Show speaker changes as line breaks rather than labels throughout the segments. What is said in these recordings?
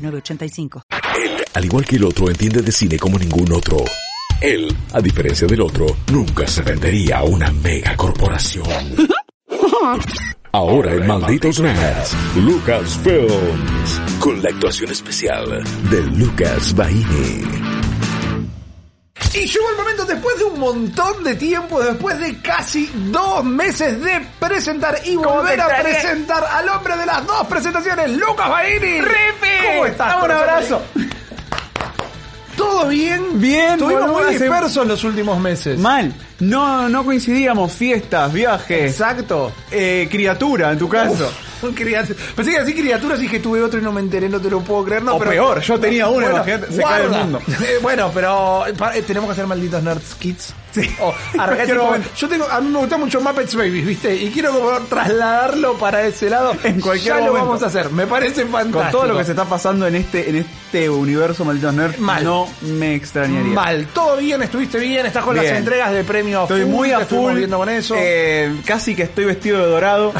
985.
Él, al igual que el otro, entiende de cine como ningún otro. Él, a diferencia del otro, nunca se vendería a una mega corporación. Ahora en Malditos Nerds, Lucas Films, con la actuación especial de Lucas Baini.
Y llegó el momento, después de un montón de tiempo, después de casi dos meses de presentar y volver a presentar al hombre de las dos presentaciones, Lucas Baini. ¿Cómo estás?
Dame un
corazón?
abrazo.
¿Todo bien?
Bien,
Estuvimos
boludo,
muy
hace-
dispersos en los últimos meses.
Mal. No, no coincidíamos. Fiestas, viajes.
Exacto.
eh, criatura, en tu caso.
Uf, criat- Pensé que así criaturas y dije tuve otro y no me enteré, no te lo puedo creer. No,
O
pero,
peor, yo tenía uno, imagínate, se cae el
guarda.
mundo.
Eh, bueno, pero eh, pa- eh, tenemos que hacer malditos Nerds Kids.
Sí.
O
En
arquetipos.
cualquier momento.
yo tengo, a mí me gusta mucho Muppets Babies, ¿viste? Y quiero como trasladarlo para ese lado.
En cualquier
ya lo
momento.
vamos a hacer. Me parece fantástico.
Con todo lo que se está pasando en este, en este universo malditos nerd,
Mal.
no me extrañaría.
Mal, todo bien, estuviste bien, estás con las
Bien.
entregas de premio
Estoy
full,
muy
te
a
estuvimos
full.
viendo con eso.
eh, casi que estoy vestido de dorado.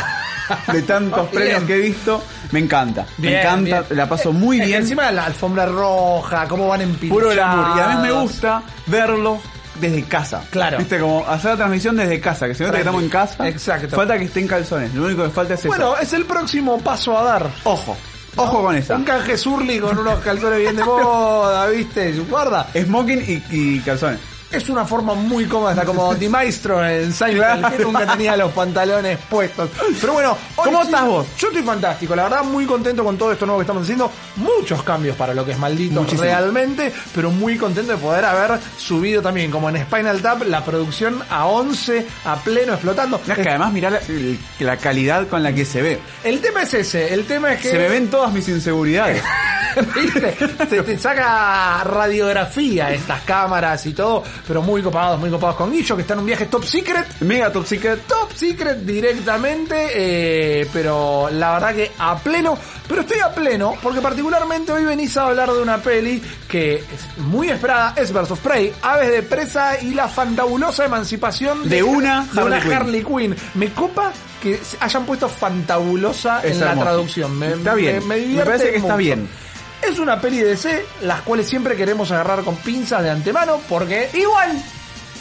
De tantos
Bien.
premios que he visto. Me encanta.
Bien,
me encanta.
bien.
La paso muy
Es que
bien.
Encima la alfombra roja, cómo van en
Puro glamour. Y a mí me gusta verlo desde casa.
Claro.
Viste, como hacer la transmisión desde casa, que se nota que
Tranqui.
estamos en casa.
Exacto.
Falta que esté en calzones. Lo único que falta es eso.
Bueno, es el próximo paso a dar.
Ojo. Ojo con esa.
Un canje surly con unos calzones bien de moda, ¿viste? Guarda.
Smoking y, y calzones.
Es una forma muy cómoda, está como Di Maestro en Seinfeld,
Claro.
que nunca tenía los pantalones puestos. Pero bueno, hoy
¿Cómo
sí,
estás vos?
Yo estoy fantástico, la verdad, muy contento con todo esto nuevo que estamos haciendo. Muchos cambios para lo que es maldito
Muchísimo.
realmente, pero muy contento de poder haber subido también, como en Spinal Tap, la producción a 11, a pleno, explotando.
No, es que además mirá la, la calidad con la que se ve.
El tema es ese, el tema es que...
Se me ven todas mis inseguridades.
¿Viste? Te, te saca radiografía estas cámaras y todo, pero muy copados, muy copados con Guillo, que está en un viaje top secret.
Mega Top Secret.
Top secret directamente, eh, pero la verdad que a pleno. Pero estoy a pleno porque particularmente hoy venís a hablar de una peli que es muy esperada, es Birds of Prey, Aves de Presa y la fantabulosa emancipación
De una
de una
Harley Quinn.
Harley Quinn. Me copa que se hayan puesto fantabulosa
Es
en la
hermoso.
traducción. Me,
Está bien.
me,
Me
divierte
parece que está
mucho.
bien.
Es una peli de DC, las cuales siempre queremos agarrar con pinzas de antemano porque igual...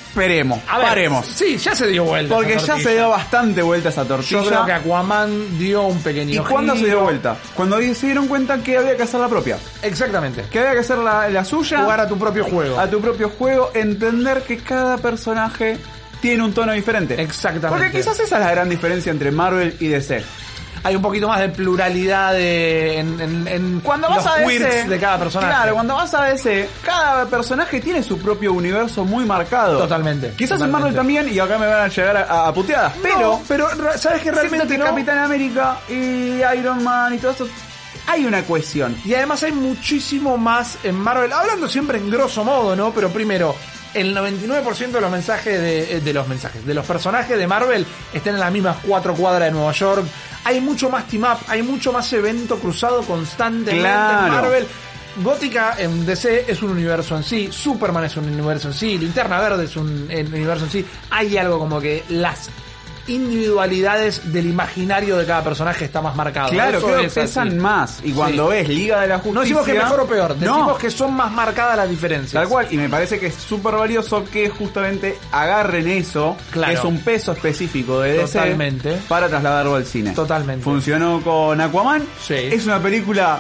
Esperemos.
A ver,
Paremos.
Sí, ya se dio vuelta.
Porque
esa
ya
tortilla.
se dio bastante vuelta esa tortilla.
Yo creo que Aquaman dio un pequeño
¿Y cuándo se
giro.
dio vuelta? Cuando se dieron cuenta que había que hacer la propia.
Exactamente.
Que había que hacer la, la suya.
Jugar a tu propio juego.
a tu propio juego, entender que cada personaje tiene un tono diferente.
Exactamente.
Porque quizás esa es la gran diferencia entre Marvel y DC.
Hay un poquito más de pluralidad de, en, en, en
Cuando vas
los
a DC,
quirks de cada personaje.
Claro, cuando vas a DC, cada personaje tiene su propio universo muy marcado.
Totalmente,
Quizás en
totalmente.
Marvel también, y acá me van a llegar a, a puteadas, pero
pero, pero ra- sabes que realmente
realmente
no?
Capitán América y Iron Man y todo eso, hay una cohesión.
Y además hay muchísimo más en Marvel. Hablando siempre en grosso modo, ¿no? Pero primero, el 99% de los mensajes de, eh, de los mensajes, de los personajes de Marvel están en las mismas cuatro cuadras de Nueva York. Hay mucho más team up, hay mucho más evento cruzado constantemente en
Claro.
Marvel. Gótica en DC es un universo en sí, Superman es un universo en sí, Linterna Verde es un eh, universo en sí. Hay algo como que las individualidades del imaginario de cada personaje está más marcado.
Claro,
Ah, Eso
creo que
es así.
pesan más. Y cuando
Sí.
ves Liga de la Justicia.
No decimos que mejor o peor, decimos
no,
que son más marcadas las diferencias.
Tal cual, y me parece que es súper valioso que justamente agarren eso,
Claro.
que es un peso específico de DC,
Totalmente.
para trasladarlo al cine.
Totalmente.
Funcionó con Aquaman.
Sí.
Es una película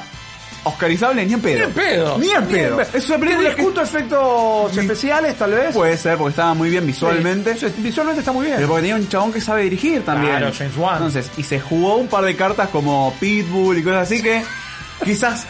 oscarizable, ni en pedo.
Ni en pedo.
Ni en pedo.
pe-
Es una película
Te
que
discuto efectos
Ni-
especiales, tal vez.
puede ser, porque estaba muy bien visualmente.
Sí, Visualmente está muy bien.
Pero porque tenía un chabón que sabe dirigir también.
Claro, James Wan.
Entonces, y se jugó un par de cartas como Pitbull y cosas así que quizás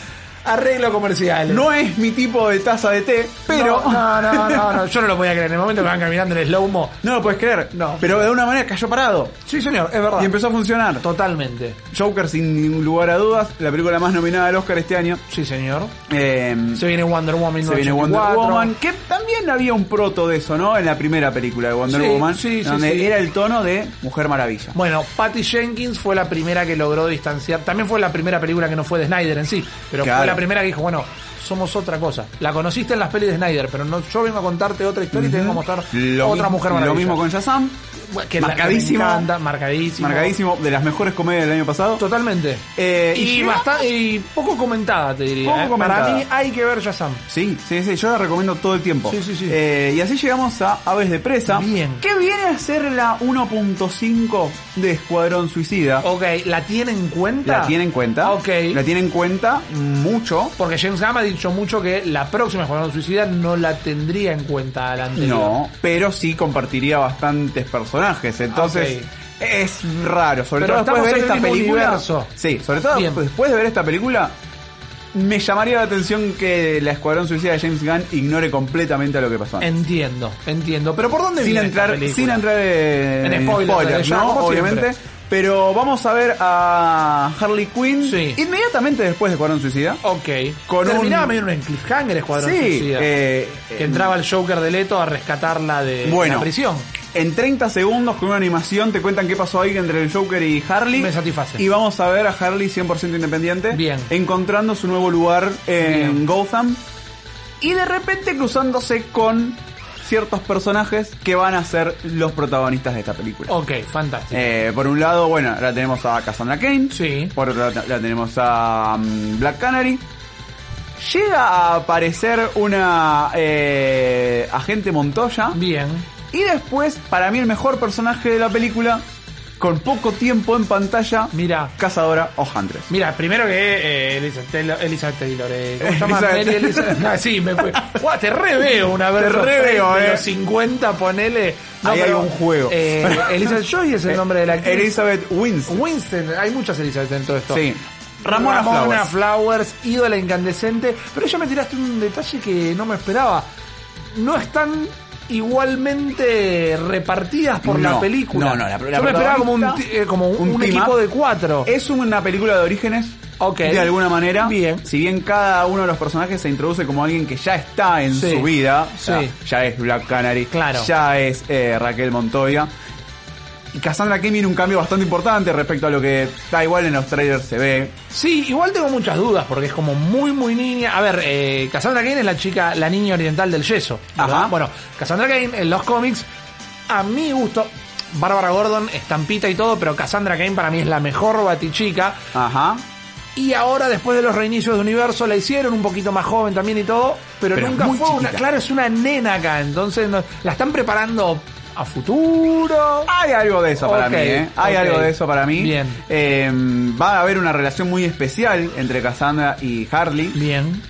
arreglo comercial.
No es mi tipo de taza de té, pero.
No, no, no, no, no, yo no lo podía creer. En el momento que van caminando en el slow-mo.
No lo puedes creer.
No. Ah.
Pero de una manera cayó parado.
Sí, señor, es verdad.
Y empezó a funcionar.
Totalmente.
Joker, sin ningún lugar a dudas, la película más nominada al Oscar este año.
Sí, señor.
Eh,
Se viene Wonder Woman.
se viene Wonder
1984.
Woman, que también había un proto de eso, ¿no? En la primera película de Wonder
Sí,
Woman,
sí, sí,
donde
sí.
era el tono de Mujer Maravilla.
Bueno, Patty Jenkins fue la primera que logró distanciar. También fue la primera película que no fue de Snyder en sí, pero
Claro.
fue la primera que dijo, bueno, somos otra cosa. La conociste en las pelis de Snyder, pero no, yo vengo a contarte otra historia y te vengo a mostrar
Lo
otra
mismo-
mujer maravilla.
Lo mismo con Shazam,
Bueno, que la-
Marcadísimo.
que me encanta, marcadísimo.
marcadísimo, de las mejores comedias del año pasado.
Totalmente.
Eh,
y,
y
basta- y poco comentada, te diría.
Poco
eh.
comentada.
Para mí hay que ver Shazam.
Sí, sí, sí, yo la recomiendo todo el tiempo.
Sí, sí, sí.
Eh, y así llegamos a Aves de Presa.
Bien.
Que viene a ser la 1.5 de Escuadrón Suicida.
Ok, ¿la tiene en cuenta?
La tiene en cuenta.
Oh, Ok. Mm.
La tiene en cuenta mucho.
Porque James Gunn ha dicho mucho que la próxima Escuadrón Suicida no la tendría en cuenta a la anterior.
No, pero sí compartiría bastantes personajes. Entonces es raro, sobre
Pero
todo después de ver
estamos
esta
en el mismo
película.
universo.
Sí, sobre todo
Bien.
después de ver esta película me llamaría la atención que la Escuadrón Suicida de James Gunn ignore completamente a lo que pasó. antes.
Entiendo, entiendo. Pero ¿por dónde
sin
viene
entrar
esta película?
sin entrar eh,
En spoilers, ya,
¿no?
como siempre.
Obviamente. Pero vamos a ver a Harley Quinn
Sí.
inmediatamente después de Escuadrón Suicida.
Ok.
Con
Terminaba
un-
medio en un cliffhanger Escuadrón
Sí,
Suicida.
eh,
que entraba el Joker de Leto a rescatarla de, de
Bueno.
la prisión.
En 30 segundos con una animación te cuentan qué pasó ahí entre el Joker y Harley.
Me satisface.
Y vamos a ver a Harley 100% independiente.
Bien.
Encontrando su nuevo lugar en
Bien.
Gotham. Y de repente cruzándose con ciertos personajes que van a ser los protagonistas de esta película.
Ok, fantástico.
Eh, por un lado, bueno, la tenemos a Cassandra Kane.
Sí.
Por otro lado, la tenemos a mm, Black Canary. Llega a aparecer una eh, agente Montoya.
Bien.
Y después, para mí el mejor personaje de la película, con poco tiempo en pantalla,
Mira.
Cazadora o Huntress.
Mira, primero que eh, Elizabeth Taylor. Elizabeth Taylor eh, ¿Cómo se llama?
Elizabeth.
Mary Elizabeth- No, sí, me fue. Guau, te reveo una vez.
reveo,
de
eh.
los 50, ponele.
Ahí hay un juego. Eh,
Eh, Elizabeth Joy es el nombre de la actriz.
Elizabeth Winston.
Winston, hay muchas Elizabeth en todo esto.
Sí.
Ramona,
Ramona
Flowers. ídola incandescente. Pero ya me tiraste un detalle que no me esperaba. No están igualmente repartidas por
No,
la película.
no, no, la- la
Yo me esperaba como un,
protagonista-
ti- eh, como un,
un
un
team
equipo
up.
de cuatro.
Es una película de orígenes.
Ok.
De alguna manera.
Bien.
Si bien cada uno de los personajes se introduce como alguien que ya está en
Sí.
su vida. o
Sí.
sea, ya es Black Canary.
Claro.
Ya es eh, Raquel Montoya. Y Cassandra Kane viene un cambio bastante importante respecto a lo que da igual en los trailers se ve.
Sí, igual tengo muchas dudas porque es como muy, muy niña. A ver, eh, Cassandra Cain es la chica, la niña oriental del yeso. ¿verdad?
Ajá.
Bueno, Cassandra Cain en los cómics, a mi gusto, Bárbara Gordon, estampita y todo, pero Cassandra Cain para mí es la mejor batichica.
Ajá.
Y ahora, después de los reinicios de Universo, la hicieron un poquito más joven también y todo, pero,
Pero
nunca
muy
fue una.
chiquita.
Claro, es una nena acá, entonces no- la están preparando a futuro.
Hay algo de eso para
Ok,
mí, ¿eh? Hay
ok.
algo de eso para mí.
Bien.
Eh, va a haber una relación muy especial entre Cassandra y Harley.
Bien.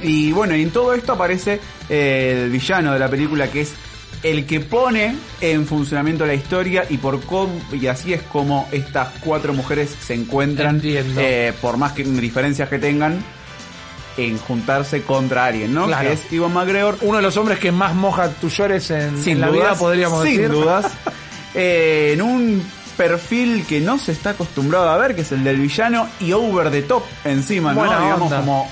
Y bueno, y en todo esto aparece eh, el villano de la película que es el que pone en funcionamiento la historia y por cómo- y así es como estas cuatro mujeres se encuentran
Entiendo.
eh, por más que diferencias que tengan en juntarse contra alguien, ¿no?
Claro.
Que es Ivan McGregor
Uno de los hombres que más moja tus llores en,
sin
en la vida,
dudas,
podríamos
sin
decir.
dudas, eh, en un perfil que no se está acostumbrado a ver, que es el del villano y over the top encima, ¿no?
Buena
Digamos
onda.
como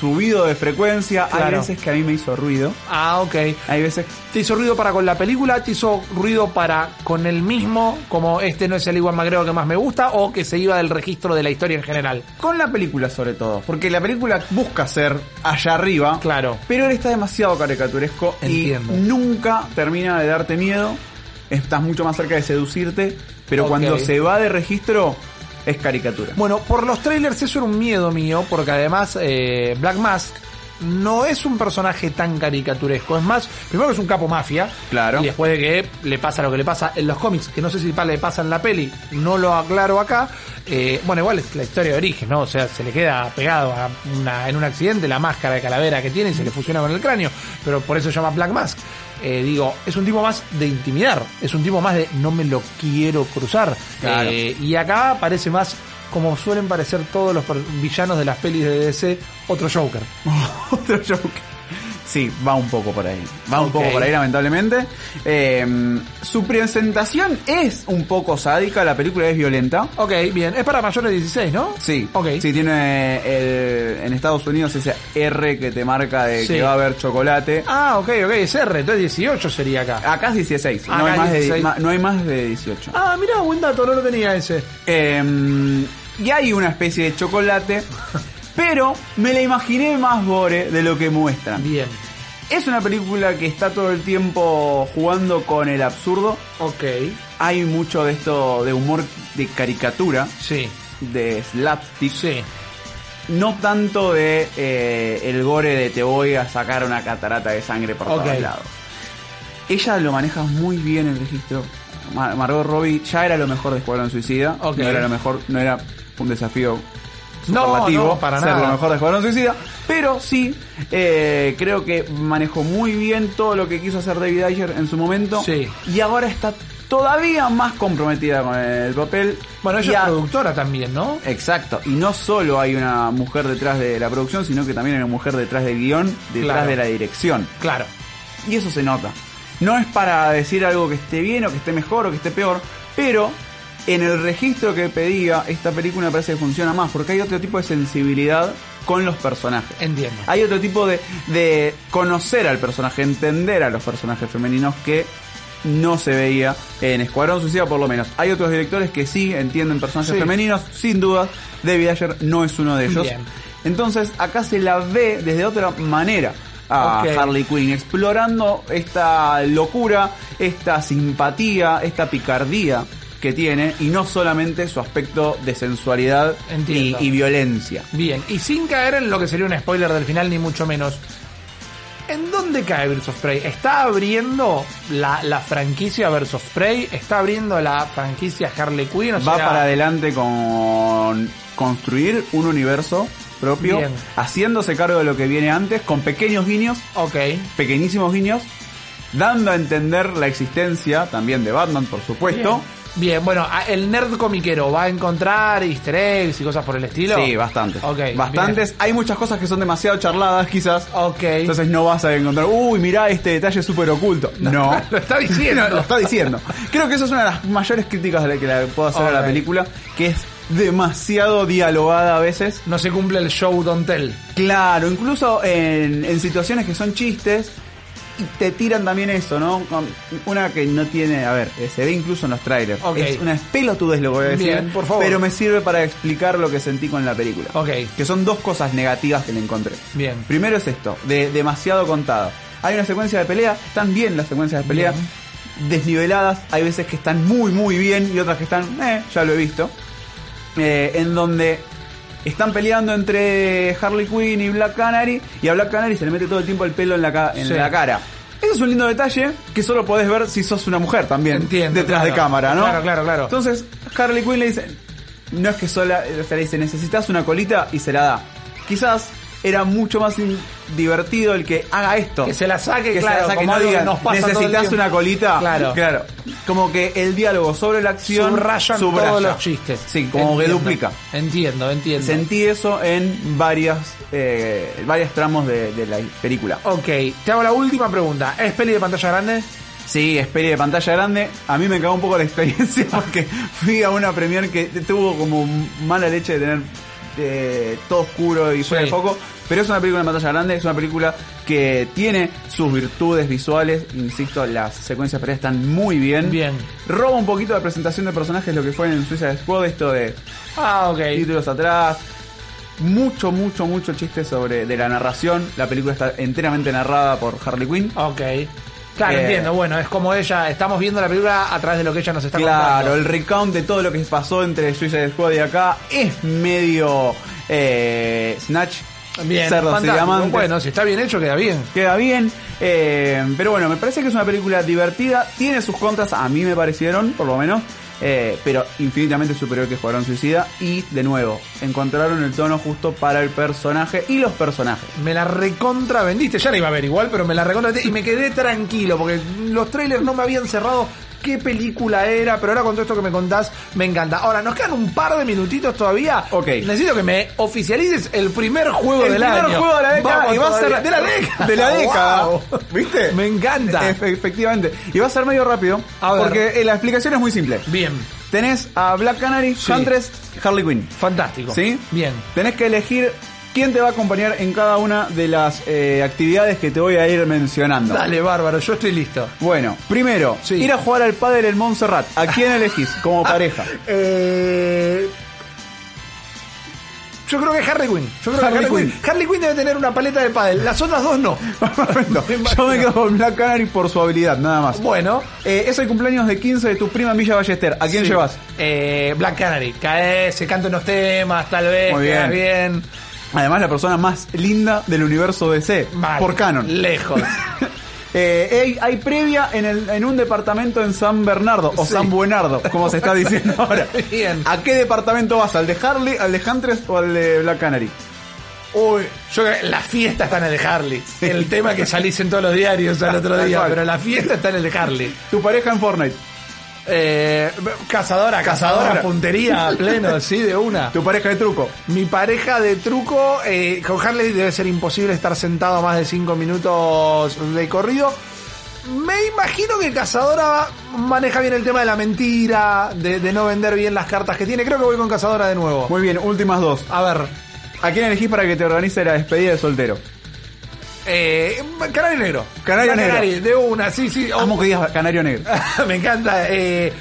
subido de frecuencia. Hay
Claro.
veces que a mí me hizo ruido,
Ah, ok.
hay veces
Te hizo ruido para con la película, te hizo ruido para con el mismo, como este no es el Iwan Magreo que más me gusta, o que se iba del registro de la historia en general.
con la película sobre todo, porque la película busca ser allá arriba,
Claro.
pero él está demasiado caricaturesco
Entiendo.
y nunca termina de darte miedo. Estás mucho más cerca de seducirte, pero
Ok.
cuando se va de registro es caricatura.
Bueno, por los trailers eso era un miedo mío, porque además eh, Black Mask no es un personaje tan caricaturesco. Es más, primero que es un capo mafia.
Claro.
Y después de que le pasa lo que le pasa en los cómics, que no sé si pa- le pasa en la peli, no lo aclaro acá. Eh, bueno, igual es la historia de origen, ¿no? O sea, se le queda pegado a una- en un accidente la máscara de calavera que tiene y se le fusiona con el cráneo. Pero por eso se llama Black Mask. Eh, digo, es un tipo más de intimidar, es un tipo más de no me lo quiero cruzar.
Claro.
Eh, y acá parece más como suelen parecer todos los per- villanos de las pelis de DC, otro Joker.
Otro Joker. Sí, va un poco por ahí. Va un
Ok.
poco por ahí, lamentablemente. Eh, su presentación es un poco sádica, la película es violenta.
Ok, bien. Es para mayores de 16, ¿no?
Sí,
Ok.
sí tiene el- en Estados Unidos ese R que te marca de
Sí.
que va a haber chocolate.
Ah, ok, ok. Es R, entonces 18 sería acá.
Acá es 16, no,
Acá
hay más de,
16.
ma- no hay más de 18.
Ah, mira, buen dato, no lo tenía ese.
Eh, y hay una especie de chocolate, pero me la imaginé más gore de lo que muestran.
Bien.
Es una película que está todo el tiempo jugando con el absurdo.
Ok.
Hay mucho de esto de humor de caricatura,
Sí.
de slapstick.
Sí.
No tanto de eh, el gore de te voy a sacar una catarata de sangre por
Ok.
todos lados. Ella lo maneja muy bien el registro. Mar- Margot Robbie ya era lo mejor de Escuadrón Suicida.
Ok.
No era lo mejor, no era un desafío
No,
superlativo
no, para
ser
nada.
lo mejor de Escuadrón Suicida. Pero sí, eh, creo que manejó muy bien todo lo que quiso hacer David Ayer en su momento.
Sí.
Y ahora está todavía más comprometida con el papel.
Bueno,
Y
ella es
a-
productora también, ¿no?
Exacto, y no solo hay una mujer detrás de la producción, sino que también hay una mujer detrás del guión, detrás
Claro.
de la dirección.
Claro.
Y eso se nota. No es para decir algo que esté bien o que esté mejor o que esté peor, pero en el registro que pedía, esta película me parece que funciona más, porque hay otro tipo de sensibilidad con los personajes.
Entiendo.
Hay otro tipo de, de conocer al personaje, entender a los personajes femeninos que no se veía en Escuadrón Suicida por lo menos. Hay otros directores que sí entienden personajes
Sí.
femeninos, sin duda. David Ayer no es uno de ellos.
Bien.
Entonces acá se la ve desde otra manera a
Ok.
Harley Quinn, explorando esta locura, esta simpatía, esta picardía que tiene y no solamente su aspecto de sensualidad y,
Entiendo.
y violencia.
Bien. Y sin caer en lo que sería un spoiler del final, ni mucho menos. ¿En dónde cae Birds of Prey? ¿Está abriendo la, la franquicia Birds of Prey? ¿Está abriendo la franquicia Harley Quinn? O
va
sea,
para adelante con construir un universo propio,
Bien.
haciéndose cargo de lo que viene antes, con pequeños guiños,
Ok.
pequeñísimos guiños, dando a entender la existencia también de Batman, por supuesto.
Bien, bueno, a- el nerd comiquero va a encontrar easter eggs y cosas por el estilo.
Sí, bastantes.
Ok,
bastantes. Hay muchas cosas que son demasiado charladas, quizás.
Ok.
Entonces no vas a encontrar, uy, mirá este detalle súper oculto. No.
lo está diciendo.
No, lo está diciendo. Creo que esa es una de las mayores críticas de la que la puedo hacer a la
Ok.
película, que es demasiado dialogada a veces.
No se cumple el show don't tell.
Claro, incluso en, en situaciones que son chistes, y te tiran también eso, ¿no? Con- Una que no tiene, a ver, eh, se ve incluso en los trailers.
Ok.
Es una pelotudez lo que voy a decir,
Bien, por favor.
pero me sirve para explicar lo que sentí con la película.
Ok.
Que son dos cosas negativas que le encontré.
Bien.
Primero es esto, de demasiado contado. Hay una secuencia de pelea, están bien las secuencias de pelea, desniveladas, hay veces que están muy muy bien y otras que están, eh, ya lo he visto. Eh, en donde están peleando entre Harley Quinn y Black Canary y a Black Canary se le mete todo el tiempo el pelo en la, ca- en
Sí.
la cara. Ese es un lindo detalle que solo podés ver si sos una mujer también
Entiendo,
detrás de
claro.
cámara, ¿no?
Claro, claro, claro.
Entonces, Harley Quinn le dice, no es que sola, o sea, le dice, necesitas una colita y se la da. Quizás era mucho más in- divertido el que haga esto.
Que se la saque,
que
claro,
se la saque,
como
no
algo que
diga,
nos pasa todo el
necesitas
tiempo".
una colita.
Claro.
claro. Como que el diálogo sobre la acción
Subrayan
subraya.
todos los chistes.
Sí, como que
Entiendo.
duplica.
Entiendo, entiendo.
Sentí eso en varias, eh, varias tramos de, de la película.
ok, te hago la última pregunta. ¿Es peli de pantalla grande?
Sí, es peli de pantalla grande. A mí me cagó un poco la experiencia porque fui a una premier que tuvo como mala leche de tener eh, todo oscuro y fuera
Sí.
de foco. Pero es una película de pantalla grande, es una película que tiene sus virtudes visuales. Insisto, las secuencias peleas están muy bien.
Bien.
Roba un poquito la presentación de personajes, lo que fue en Suiza Squad, esto de
Ah, ok.
títulos atrás. Mucho, mucho, mucho chiste sobre de la narración. La película está enteramente narrada por Harley Quinn.
Ok. Claro,
Eh.
entiendo. Bueno, es como ella. Estamos viendo la película a través de lo que ella nos está
Claro,
contando.
el recount de todo lo que pasó entre Suicide Squad y acá es medio eh, Snatch,
Bien,
Cerdos y
fantástico.
Diamantes.
Bueno, si está bien hecho, queda bien.
Queda bien, eh, pero bueno, me parece que es una película divertida, tiene sus contras, a mí me parecieron, por lo menos, eh, pero infinitamente superior que Escuadrón Suicida y, de nuevo, encontraron el tono justo para el personaje y los personajes.
Me la recontra vendiste, ya la iba a ver igual, pero me la recontra vendiste y me quedé tranquilo porque los trailers no me habían cerrado qué película era, pero ahora con todo esto que me contás, me encanta. Ahora, nos quedan un par de minutitos todavía.
Ok.
Necesito que me oficialices el primer juego
el
del
primer
año.
juego de la década
Vamos
y va a ser
todavía. de la década.
de la década.
Wow.
¿Viste?
Me encanta.
Efe- efectivamente. Y va a ser medio rápido
A ver.
porque eh, la explicación es muy simple.
Bien,
Tenés a Black Canary, Huntress, Harley Quinn.
fantástico.
¿Sí?
Bien.
Tenés que elegir quién te va a acompañar en cada una de las eh, actividades que te voy a ir mencionando.
Dale, bárbaro, yo estoy listo.
Bueno, primero,
Sí. Ah.
ir a jugar al pádel en Montserrat. ¿A quién elegís como pareja?
Eh, Yo creo que Harley Quinn. Yo creo
Harley
que Harley Quinn.
Quinn.
Harley Quinn debe tener una paleta de pádel. Las otras dos no.
Perfecto. Yo
imagino.
me quedo con Black Canary por su habilidad, nada más.
Bueno.
Eh, es el cumpleaños de 15 de tu prima en Villa Ballester. ¿A quién
Sí.
llevas?
Eh, Black Canary. Cae, se canta unos temas, tal vez.
Muy
queda
bien.
bien.
Además, la persona más linda del universo DC.
Mal.
Por canon.
Lejos.
Eh, hay, hay previa en, el- en un departamento en San Bernardo, o
Sí.
San Buenardo, como se está diciendo ahora.
Bien.
¿A qué departamento vas? ¿Al de Harley, al de Huntress o al de Black Canary?
Uy, yo creo que la fiesta está en el de Harley. El tema que salís en todos los diarios al otro
Ah, Tal
día,
cual.
pero la fiesta está en el de Harley.
Tu pareja en Fortnite.
Eh, cazadora, cazadora,
Cazadora.
puntería a pleno, sí, de una.
Tu pareja de truco.
Mi pareja de truco, eh, con Harley debe ser imposible estar sentado más de 5 minutos de corrido. Me imagino que Cazadora maneja bien el tema de la mentira, de, de no vender bien las cartas que tiene. Creo que voy con Cazadora de nuevo.
Muy bien, últimas dos.
A ver,
¿A quién elegís para que te organice la despedida de soltero?
eh, Canario Negro.
Canario
La
Negro.
de una, sí, sí. o-
Amo que digas Canario Negro.
Me encanta. eh,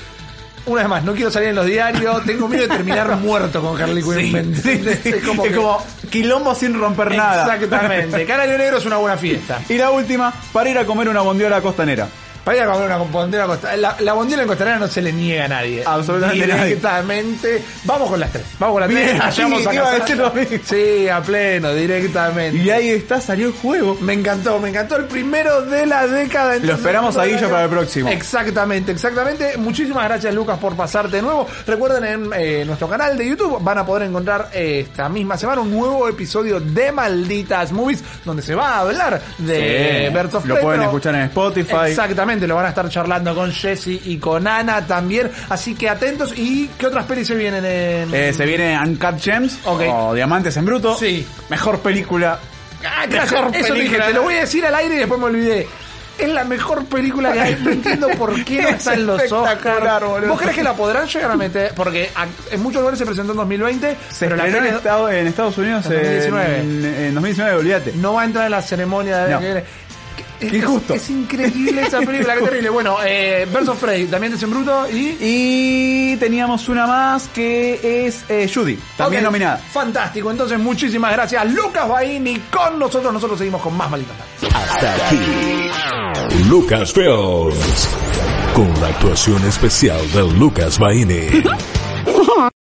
una vez más, no quiero salir en los diarios. Tengo miedo de terminar muerto con Harley Quinn. ¿me entendés?
Es como,
que-
quilombo sin romper nada.
Exactamente. Canario Negro es una buena fiesta.
Y la última, para ir a comer una bondiola costanera.
Para ir a comer una bondiola costanera. La, la bondiola en costanera no se le niega a nadie.
Absolutamente nadie.
Directamente. Vamos con las tres. Vamos con las
Bien,
tres. Hallamos
sí,
a
te iba a
Casar.
decir lo mismo.
Sí, a pleno, directamente.
Y ahí está, salió el juego.
Me encantó, me encantó el primero de la década.
Lo esperamos a Guillo para el próximo.
Exactamente, exactamente. Muchísimas gracias Lucas por pasarte de nuevo. Recuerden en eh, nuestro canal de YouTube van a poder encontrar eh, esta misma semana un nuevo episodio de Malditas Movies donde se va a hablar de
Sí.
Birds of
Lo
Prey,
pueden
pero-
escuchar en Spotify.
Exactamente, lo van a estar charlando con Jesse y con Ana también. Así que atentos. ¿Y qué otras pelis se vienen en...?
Eh, se viene Uncut Gems
Ok.
o Diamantes en Bruto.
Sí.
Mejor película.
Ah, claro, eso
película,
dije,
¿no?
te lo voy a decir al aire y después me olvidé. Es la mejor película que hay. No entiendo por qué no
Es
está en los
espectacular,
Oscars.
boludo.
¿Vos crees que la podrán llegar a meter? Porque a- en muchos lugares se presentó en 2020,
Se
pero la
estrenó en,
peli
Estado- en Estados Unidos
En 2019.
En, en 2019, olvídate.
no va a entrar en la ceremonia de
No.
que- que-
Qué
es-
justo.
Es, increíble esa película, qué terrible. Bueno, eh, Birds of Prey, también de Bruto y...
Y teníamos una más que es eh, Judy, también
Ok,
nominada.
Fantástico, entonces muchísimas gracias Lucas Baini con nosotros. Nosotros seguimos con más malditas. Tardes.
Hasta aquí. Lucas Films. Con la actuación especial de Lucas Baini.